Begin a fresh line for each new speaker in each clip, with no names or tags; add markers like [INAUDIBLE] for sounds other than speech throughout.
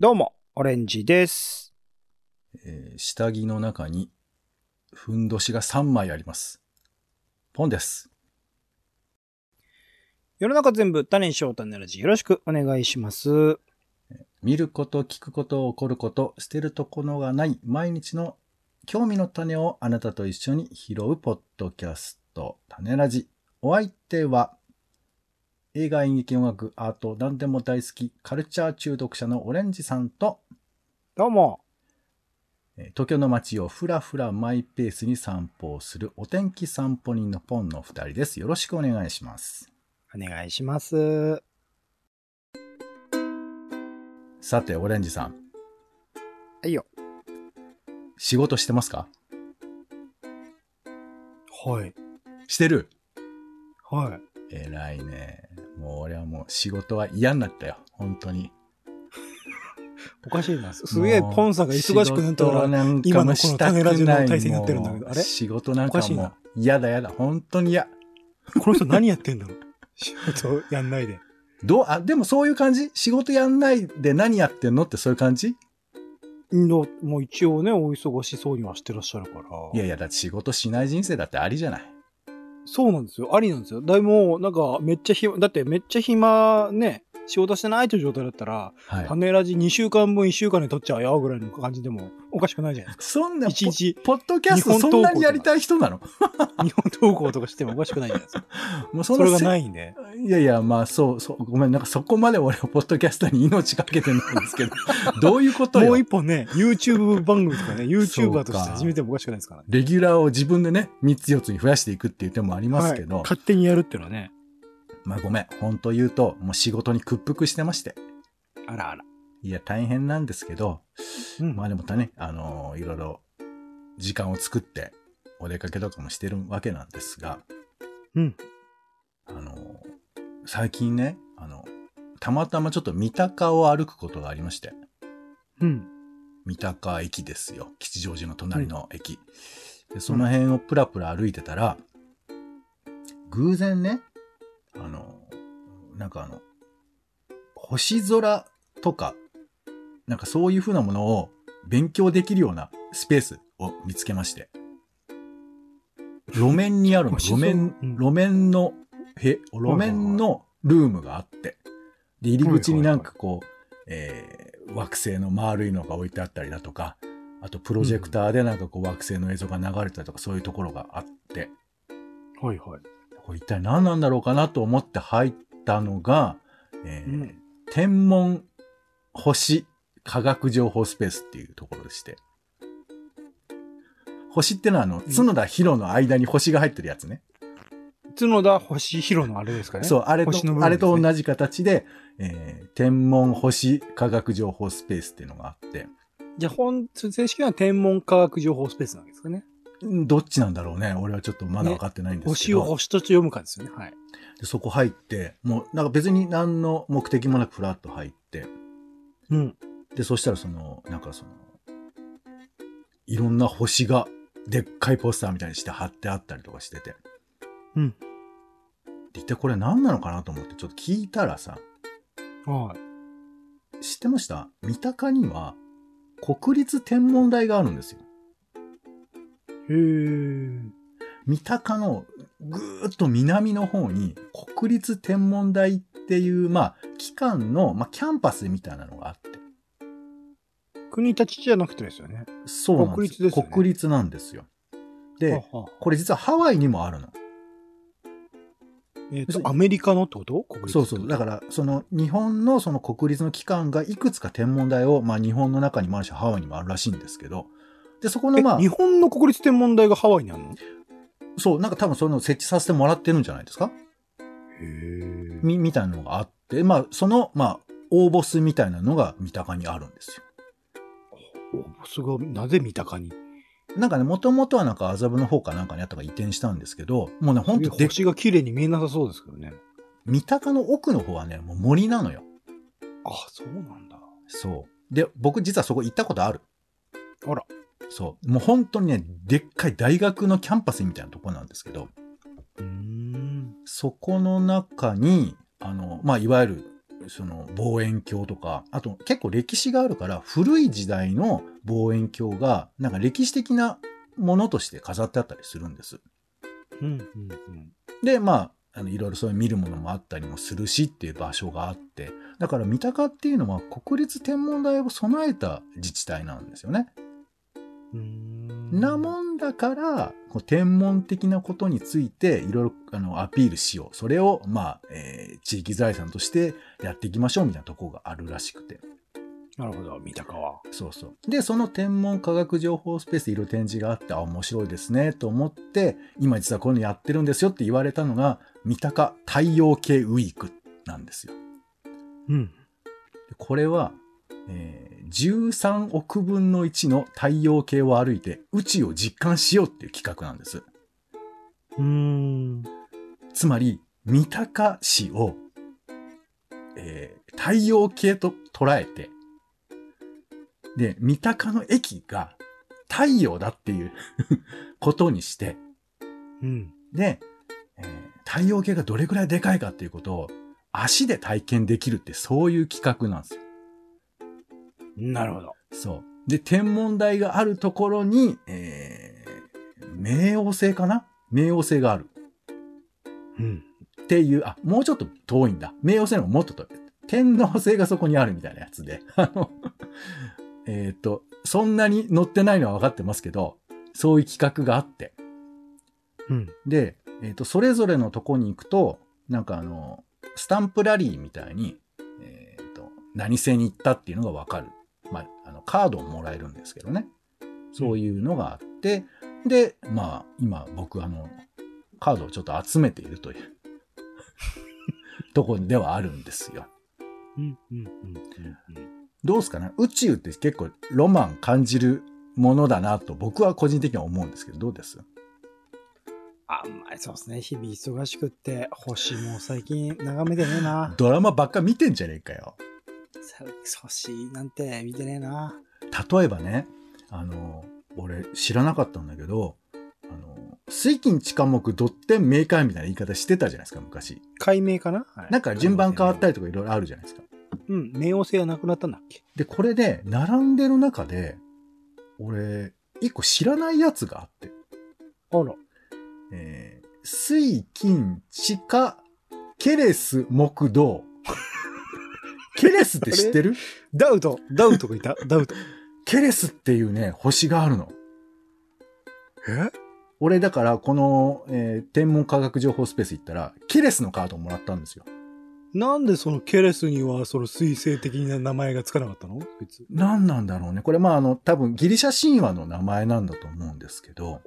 どうも、オレンジです。
えー下着の中に、ふんどしが3枚あります。ポンです。
世の中全部、種に翔太のラジ、よろしくお願いします。
見ること、聞くこと、起こること、捨てるところがない毎日の興味の種をあなたと一緒に拾うポッドキャスト、種ラジ。お相手は、映画、演劇、音楽、アート、何でも大好き、カルチャー中毒者のオレンジさんと、
どうも、
えー東京の街をふらふらマイペースに散歩をするお天気散歩人のポンの2人です。よろしくお願いします。
お願いします。
さて、オレンジさん。
はいよ。
仕事してますか
はい、
してる
はい。
偉いね。もう俺はもう仕事は嫌になったよ。本当に。
おかしいな。すすげえ、ポンさんが忙しくなった
もう仕事
ら、
なんか
今のこ
もう
の
したくい
種ラジの体制になってるんだけど
もう
あれ
仕事なん
お
か
かしい
もう
な
嫌だ嫌だ。本当に嫌。
この人何やってんだろう [LAUGHS] 仕事やんないで。
どう、あ、でもそういう感じ仕事やんないで何やってんのってそういう感じ
の、もう一応ね、お忙しそうにはしてらっしゃるから。
いやいや、だって仕事しない人生だってありじゃない。
そうなんですよ。ありなんですよ。でも、なんか、めっちゃ暇、だってめっちゃ暇ね、仕事してないという状態だったら、
はい。
種ラジ2週間分1週間で撮っちゃうよぐらいの感じでもおかしくないじゃない
そんな、ポ
一日
ポッドキャスト
日本
そ
投稿
んなにやりたい人なの
日本投稿とかしてもおかしくないじゃないですか。
もうそ
そ
んな
れが
せ
ないんで。
いやいや、まあ、そう、そう、ごめん、なんかそこまで俺はポッドキャストに命かけてないんで
[LAUGHS]
すけど、どういうこと
もう
よ
一。本ね、YouTube 番組とかね、YouTuber と
そう
して
か
始めてもおかしくないですからね。
レギュラーを自分でね、3つ4つに増やしていくっていう手もありますけど、
はい勝手にやるっていうのはね。
まあごめん、本当言うと、もう仕事に屈服してまして。
あらあら。
いや、大変なんですけど、
うん。
まあでもたね、あのーいろいろ、時間を作って、お出かけとかもしてるわけなんですが、
うん。
あのー最近ね、あの、たまたまちょっと三鷹を歩くことがありまして、
うん。
三鷹駅ですよ吉祥寺の隣の駅、でその辺をプラプラ歩いてたら、偶然ねあのなんかあの星空とかなんかそういう風なものを勉強できるようなスペースを見つけまして路面にあるの
星空
路面
うん
路面のへ路面のルームがあってで入り口になんかこう、えー惑星の丸いのが置いてあったりだとか、あとプロジェクターでなんかこう惑星の映像が流れたりとかそういうところがあって、
はいはい。
これ一体何なんだろうかなと思って入ったのが、えー
うん
天文星科学情報スペースっていうところでして、星ってのはあの、
うん
角田博の間に星が入ってるやつね。
角田星広のあれですかね。
そう、あれと、
星の部分
あれと
ですね
同じ形で、えー天文星科学情報スペースっていうのがあって、
じゃあ、本、正式には天文科学情報スペースなんですかね。
うんどっちなんだろうね。俺はちょっとまだ分かってないんですけ
星
ど。
を星と読むかですよね。はい。
でそこ入って、もうなんか別に何の目的もなくふらっと入って、
うん。
で、そしたらその、なんかその、いろんな星がでっかいポスターみたいにして貼ってあったりとかしてて。
うん。
で、一体これ何なのかなと思ってちょっと聞いたらさ、
はい。
知ってました三鷹には国立天文台があるんですよ。
へー。
三鷹のぐーっと南の方に国立天文台っていう、まあ、機関の、まあ、キャンパスみたいなのがあって。
国立じゃなくてですよね。
そうなん
国
ですよ。
立ですよね
国立なんですよ。で、
はは
これ実はハワイにもあるの。
えっ、と、アメリカのってこと国立。
そうそう。だからら、その日本のその国立の機関がいくつか天文台を、まあ日本の中にもあるし、ハワイにもあるらしいんですけど、で、そこの
え
まあ
日、本の国立天文台がハワイにあるのへ
そう、なんか多分そういうのを設置させてもらってるんじゃないですか
え。
み、みたいなのがあって、まあ、その、まあ、応募スみたいなのが三鷹にあるんですよ。
おすごいなぜ三鷹に
なんかね、もともとはなんか麻布の方かなんかにあったから移転したんですけど、もうね、ほんとで、
星が綺麗に見えなさそうですけどね。
三鷹の奥の方はね、もう森なのよ。
あ、そうなんだ。
そう。で、僕実はそこ行ったことある。
あら。
そう。もう本当にね、でっかい大学のキャンパスみたいなとこなんですけど、
うーん。
そこの中に、あの、まあ、いわゆるその望遠鏡とか、あと結構歴史があるから、古い時代の望遠鏡が、なんか歴史的なものとして飾ってあったりするんです。
うんうんうん。
で、まあ、あのいろいろそういう見るものもあったりもするしっていう場所があって、だから三鷹っていうのは国立天文台を備えた自治体なんですよね。
うーん
なもんだから、こう天文的なことについていろいろあのアピールしよう。それを、まあ、えー地域財産としてやっていきましょうみたいなところがあるらしくて。
なるほど、三鷹は。
そうそう。で、その天文科学情報スペースでいろいろ展示があって、あ、面白いですね、と思って、今実はこういうのやってるんですよって言われたのが、三鷹太陽系ウィークなんですよ。
うん。
でこれは、えー13億分の1の太陽系を歩いて宇宙を実感しようっていう企画なんです。
うーん。
つまり、三鷹市を、えー太陽系と捉えて、で、三鷹の駅が太陽だっていう [LAUGHS] ことにして、
うん。
で、えー太陽系がどれくらいでかいかっていうことを足で体験できるってそういう企画なんですよ。
なるほど。
そう。で、天文台があるところに、えー冥王星かな冥王星がある。
うん。
っていう、あ、もうちょっと遠いんだ。冥王星の方がもっと遠い。天皇星がそこにあるみたいなやつで。 [LAUGHS] あの、えーっと、そんなに乗ってないのは分かってますけど、そういう企画があって。
うん。
で、えーっと、それぞれのとこに行くと、なんかあの、スタンプラリーみたいに、えーっと、何星に行ったっていうのが分かる。まあ、あの、カードをもらえるんですけどね。そういうのがあって、で、まあ、今僕、あの、カードをちょっと集めているというところではあるんですよ。
うん。うん。うん。うん
どうですかね宇宙って結構ロマン感じるものだなと僕は個人的には思うんですけど、どうです
あんまりそうですね。日々忙しくって、星も最近眺めてねえな。
ドラマばっか見てんじゃねえかよ。
さ星なんて見てねえな。
例えばね、あの、俺知らなかったんだけど、あの、水金地下木ドッテン冥界みたいな言い方してたじゃないですか、昔。
解明かな、はい
なんか順番変わったりとかいろいろあるじゃないですか。
うん。冥王星はなくなったんだっけ
で、これで、並んでる中で、俺、一個知らないやつがあって、
あら。
えー、水、金、地下、ケレス、
[LAUGHS]
木、道。ケレスって知ってる
ダウト、ダウトがいた、ダウト。
ケレスっていうね、星があるの。
[LAUGHS] え
俺、だから、この、えー天文科学情報スペース行ったら、ケレスのカードをもらったんですよ。
なんでそのケレスにはその水星的な名前がつかなかったの別に。
何なんだろうね。これ、まあ、あの、多分、ギリシャ神話の名前なんだと思うんですけど、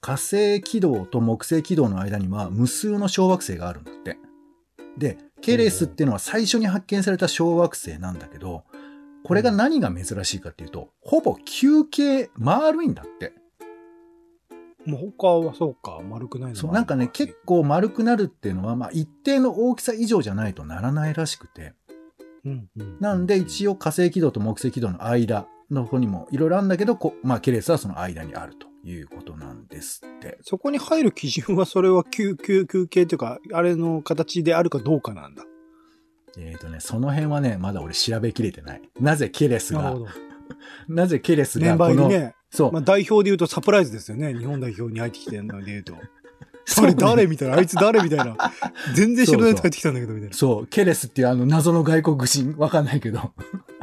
火星軌道と木星軌道の間には無数の小惑星があるんだって。で、ケレスっていうのは最初に発見された小惑星なんだけど、これが何が珍しいかっていうと、ほぼ球形丸いんだって。
もう他はそうか、丸くないの
そう、なんかね、結構丸くなるっていうのは、まあ一定の大きさ以上じゃないとならないらしくて。
うんうん、
なんで一応火星軌道と木星軌道の間の方にもいろいろあるんだけど、こまあケレスはその間にあるということなんですって。
そこに入る基準はそれは球、球、球形というか、あれの形であるかどうかなんだ。
えっ、とね、その辺はね、まだ俺調べきれてない。なぜケレス
な
が
るほど。
なぜケレスが
年
こ
配
の、
にね、
そう、
まあ、代表で言うとサプライズですよね。日本代表に入ってきてるので言うと。 [LAUGHS] それ
そうね
誰みたいな、あいつ誰みたい [LAUGHS] な。全然知らないやつ入ってきたんだけど、みたいな。
そう、ケレスっていうあの謎の外国人、わかんないけど。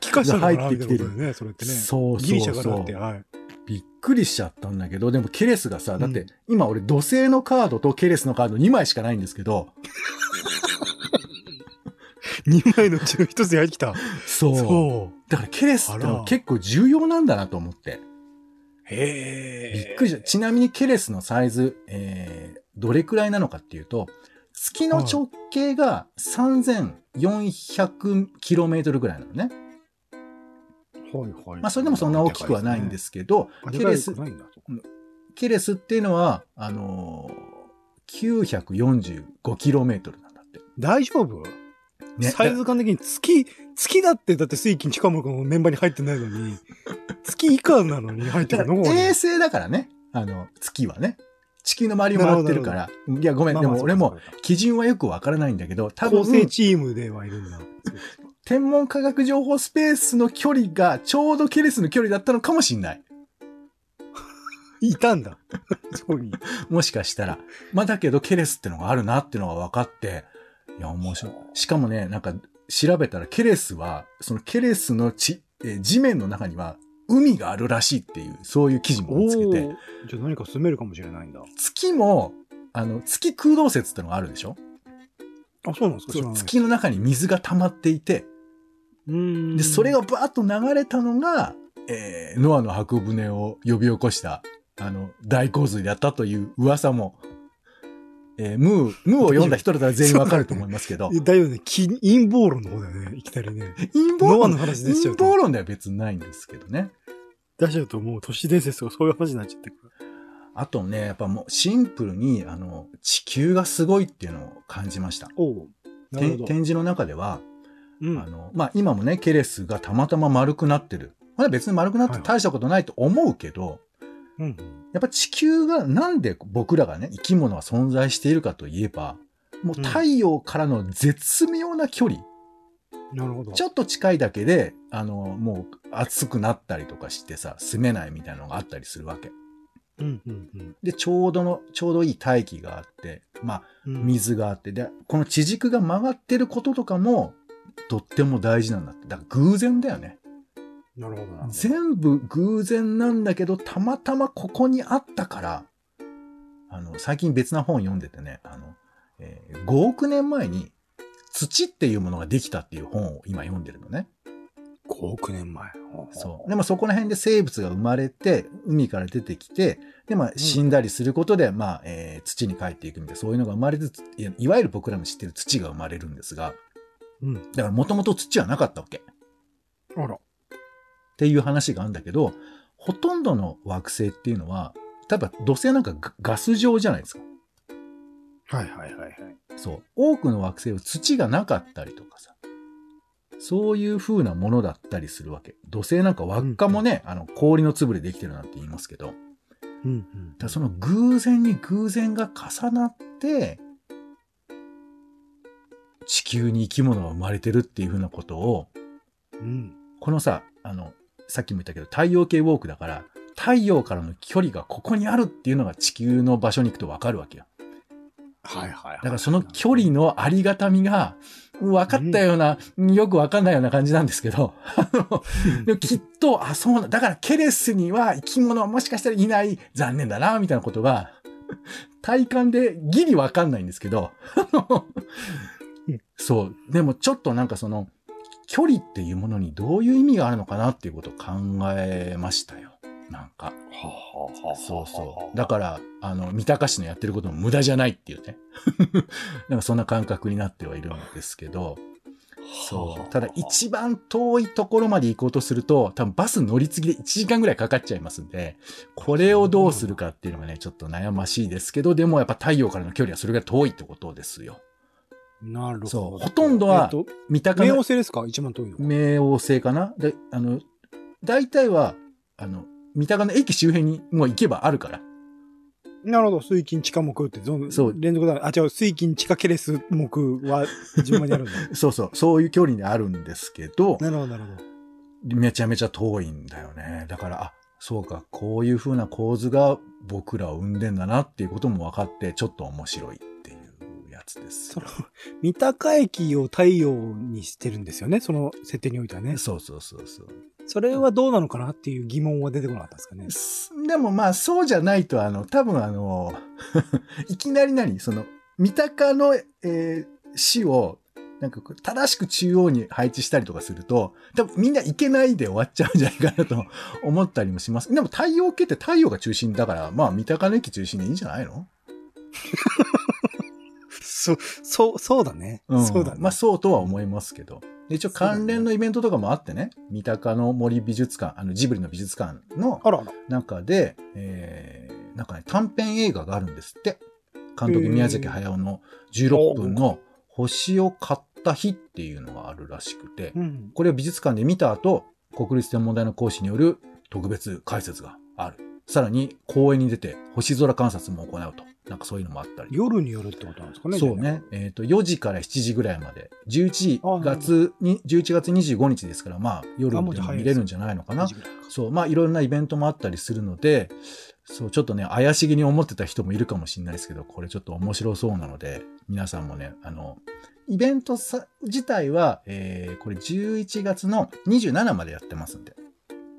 聞かしたのかな
入
み
って
た
き
い
て
なこ
る
とだよね、それってね。
そう
ギリシ
そう
ャ
そ
からだ
う
って、。 [LAUGHS] はい。
びっくりしちゃったんだけど、でもケレスがさ、だって、
うん
今俺土星のカードとケレスのカード2枚しかないんですけど、
2枚のうちの1つに入ってきた。
そう。
そう。
だからケレスっての
あ
は
ら
結構重要なんだなと思って。
へ
びっくりした。ちなみにケレスのサイズ、えー、どれくらいなのかっていうと、月の直径が 3400km ぐらいなのね。
はいはい。。
まあそれでもそんな大きくはないんですすけど、
ケ
ケレ
レ
ス
ス。、ないんだ。
ケレスっていうのは、あのー、945km なんだって。
大丈夫
ね
サイズ感的に月、月だって、だって水金近本のメンバーに [LAUGHS] 入ってないのに、月以下なのに入って
だ
る
[LAUGHS] から
の
衛星だからね。あの、月はね。地球の周りを回ってるから。いや、ごめん。
まあ
で
まあ
も俺も、、基準はよくわからないんだけど、多
構成
分、
チームではいるんだ。
天文科学情報スペースの距離が、ちょうどケレスの距離だったのかもしんない。
いたんだ。そうに。
もしかしたら。まあ、だけど、ケレスってのがあるなってのが分かって、いや、面白い。しかもね、なんか、調べたら、ケレスは、そのケレスの地、えー地面の中には、海があるらしいっていう、そういう記事も
お
見
お。
つけて、
じゃあ何か住めるかもしれないんだ。
月も、あの、月空洞説ってのがあるでしょ
あ、そうなんですか
そ
知
う
らない
月の中に水が溜まっていて、
うーん
で、それがバーッと流れたのが、えーノアの箱舟を呼び起こした、あの、大洪水だったという噂も、えームー、ムーを読んだ人だったら全員わかると思いますけ
[LAUGHS]
ど、
えだよね。き陰謀論の方だよね。いきなりね。
陰謀
ノア
論
の、話出しちゃ
陰
うと。
謀論では別にないんですけどね。
出しちゃうともう都市伝説とかそういう話になっちゃってくる。
あとね、やっぱもうシンプルに、あの、地球がすごいっていうのを感じました。
おお。なる
て
ほど
展。示の中では、
う
あ
ん。
の、まあ、今もね、ケレスがたまたま丸くなってる。まだ別に丸くなって大したことないと思うけど、
うん。
やっぱ地球がなんで僕らがね、生き物は存在しているかといえば、もう太陽からの絶妙な距離、
なるほど。
ちょっと近いだけで、あの、もう暑くなったりとかしてさ、住めないみたいなのがあったりするわけ。
うんうんうん
で、ちょうどの、ちょうどいい大気があって、まあ、
うん。
水があって、で、この地軸が曲がってることとかも、とっても大事なんだって。だから偶然だよね。
なるほどな。
全部偶然なんだけど、たまたまここにあったから、あの、最近別な本読んでてね、あの、えー5億年前に土っていうものができたっていう本を今読んでるのね。
5億年前。
そう。でもそこら辺で生物が生まれて、海から出てきて、で、まあ死んだりすることで、まあ、えー土に帰っていくみたいな、そういうのが生まれて、いやいわゆる僕らの知ってる土が生まれるんですが、
う。うん。
だからもともと土はなかったわけ。
あら。
っていう話があるんだけど、ほとんどの惑星っていうのは、例えば土星なんかガガス状じゃないですか。
はいはいはいはい。
そう。多くの惑星は土がなかったりとかさ。そういう風なものだったりするわけ。土星なんか輪っかもね、あの氷の粒でできてるなんて言いますけど、だか
うんうん。
らその偶然に偶然が重なって、地球に生き物が生まれてるっていう風なことを、
うん。
このさ、あの、さっきも言ったけど、太陽系ウォークだから、太陽からの距離がここにあるっていうのが地球の場所に行くとわかるわけよ。
はいはいはい。
だからその距離のありがたみが、分かったような、よくわかんないような感じなんですけど、あの、でもきっと、あ、そうな、だからケレスには生き物はもしかしたらいない、残念だな、みたいなことが、体感でギリわかんないんですけど、あの
うん
そう。でもちょっとなんかその、距離っていうものにどういう意味があるのかなっていうことを考えましたよ。なんか。
はあはあはあ
そうそう。だから、あの、三鷹市のやってることも無駄じゃないっていうね。 [LAUGHS] なんかそんな感覚になってはいるんですけど、そう。ただ一番遠いところまで行こうとすると、多分バス乗り継ぎで1時間ぐらいかかっちゃいますんで、これをどうするかっていうのがね、ちょっと悩ましいですけど、でもやっぱ太陽からの距離はそれが遠いってことですよ。
なるほど。
そうほとんどは
えっと
三鷹
冥
の
王星ですか一番遠いの。
冥王星かなで、あの、大体は、あの、三鷹の駅周辺にもう行けばあるから。
なるほど。水金地下木ってどん、
そう
連続だね。あ、違う。水金地下ケレス木は順番にある [LAUGHS] んだ。
そうそう、そういう距離にあるんですけど、
なるほど、なるほど。
めちゃめちゃ遠いんだよね。だから、あ、そうか、こういう風な構図が僕らを生んでんだなっていうことも分かって、ちょっと面白いっていうやつです。
その、三鷹駅を太陽にしてるんですよね。その設定においてはね。
そうそうそうそう。
それはどうなのかなっていう疑問は出てこなかったですかね。
すでもまあ、そうじゃないと、あの、多分あの、 [LAUGHS] いきなり何その、三鷹の、えー市を、なんかこう正しく中央に配置したりとかすると、多分みんな行けないで終わっちゃうんじゃないかなと [LAUGHS] 思ったりもします。でも太陽系って太陽が中心だから、まあ三鷹の駅中心でいいんじゃないの
そ、そう、そうだね。
ん
そうだね。
まあそうとは思いますけど。で一応関連のイベントとかもあってね、三鷹の森美術館、あのジブリの美術館の
あらあら。
中で、えー、なんかね、短編映画があるんですって。監督宮崎駿の16分の星を買った日っていうのがあるらしくて、
うん。
これを美術館で見た後、国立天文台の講師による特別解説があるさらに公園に出て星空観察も行うと。なんかそういうのもあったり。
夜によるってことなんですかね。
そうね。えっ、と、4時から7時ぐらいまで。11
あ
月に、11月25日ですから、まあ、夜
あも
でも
うじゃあ早い
見
で
れ
す
るんじゃないのか
じゃあね。同じ。
な
ぐらいか
そう、まあ、いろんなイベントもあったりするので、そう、ちょっとね、怪しげに思ってた人もいるかもしれないですけど、これちょっと面白そうなので、皆さんもね、あの、イベントさ自体は、えーこれ11月の27までやってますんで。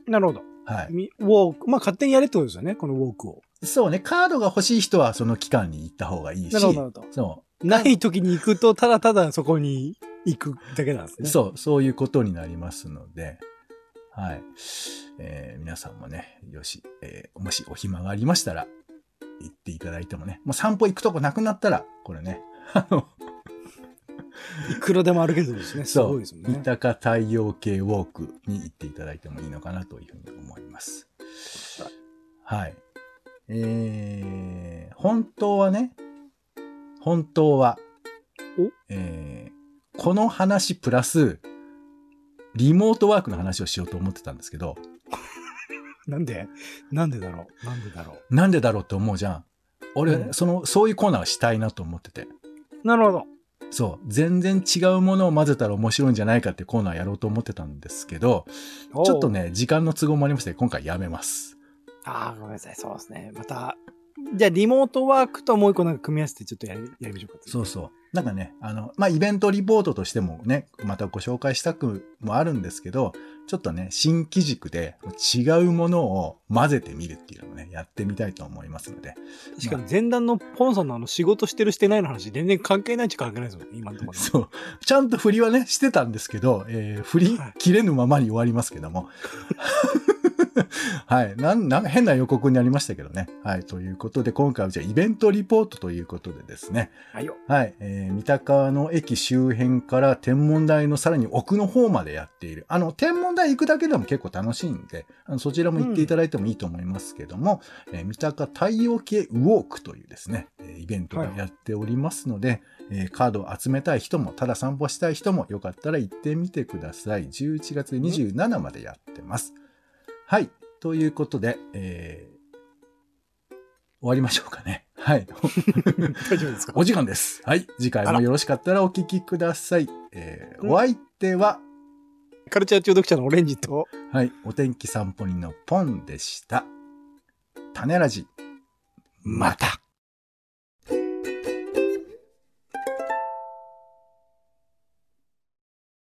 なるほど。
はい。
みウォーク、まあ勝手にやれってことですよね、このウォークを。
そうね、カードが欲しい人はその期間に行った方がいいし、
なるほど、なるほど。
そ
ない時に行くと、ただただそこに行くだけなんです
う、
ね。
そう、そういうことになりますので、はい。えー皆さんもね、よし、えーもしお暇がありましたら、行っていただいてもね、もう散歩行くとこなくなったら、これね、あの、
いくらでも歩けるんですね。す
そ
ごいうです、もん
三
ね。
鷹太陽系ウォークに行っていただいてもいいのかなというふうに思います。はい。えー、本当はね、本当は、
お
えーこの話プラス、リモートワークの話をしようと思ってたんですけど、
なんでなんでだろうなんでだろ
なんでだろうって思うじゃん。俺、
うん
その、そういうコーナーをしたいなと思ってて。
うなるほど。
そう。全然違うものを混ぜたら面白いんじゃないかってコーナーやろうと思ってたんですけど、
おう
ちょっと。ね、時間の都合もありまして、今回やめます。
ああ、ごめんなさい。そうですね。また、じゃあリモートワークともう一個なんか組み合わせてちょっとやりやりましょうか。
そうそう。なんかね、あの、まあ、イベントリポートとしてもね、またご紹介したくもあるんですけど、ちょっとね、新機軸で違うものを混ぜてみるっていうのをね、やってみたいと思いますので。
確かに前段のポンさんのあの仕事してるしてないの話、全然関係ないっちゃ関係ないですもんね、今のところね。
そう。ちゃんと振りはね、してたんですけど、えー振り
はい
切れぬままに終わりますけども。はい。なん、なんか変な予告になりましたけどね。はい。ということで、今回はじゃあイベントリポートということでですね、
[LAUGHS] はいよ。
はい、えー三鷹の駅周辺から天文台のさらに奥の方までやっている。あの、天文台行くだけでも結構楽しいんで、あのそちらも行っていただいてもいいと思いますけども、えー三鷹太陽系ウォークというですね、えーイベントがやっておりますので、えーカードを集めたい人も、ただ散歩したい人も、よかったら行ってみてください。11月27までやってます。はい。ということで、えー終わりましょうかね。はい。
大丈夫ですか
お時間です。はい。次回もよろしかったらお聞きください。えー
うん
お相手は、
カルチャー中毒者のオレンジと、
はい。お天気散歩人のポンでした。種ラジ。また。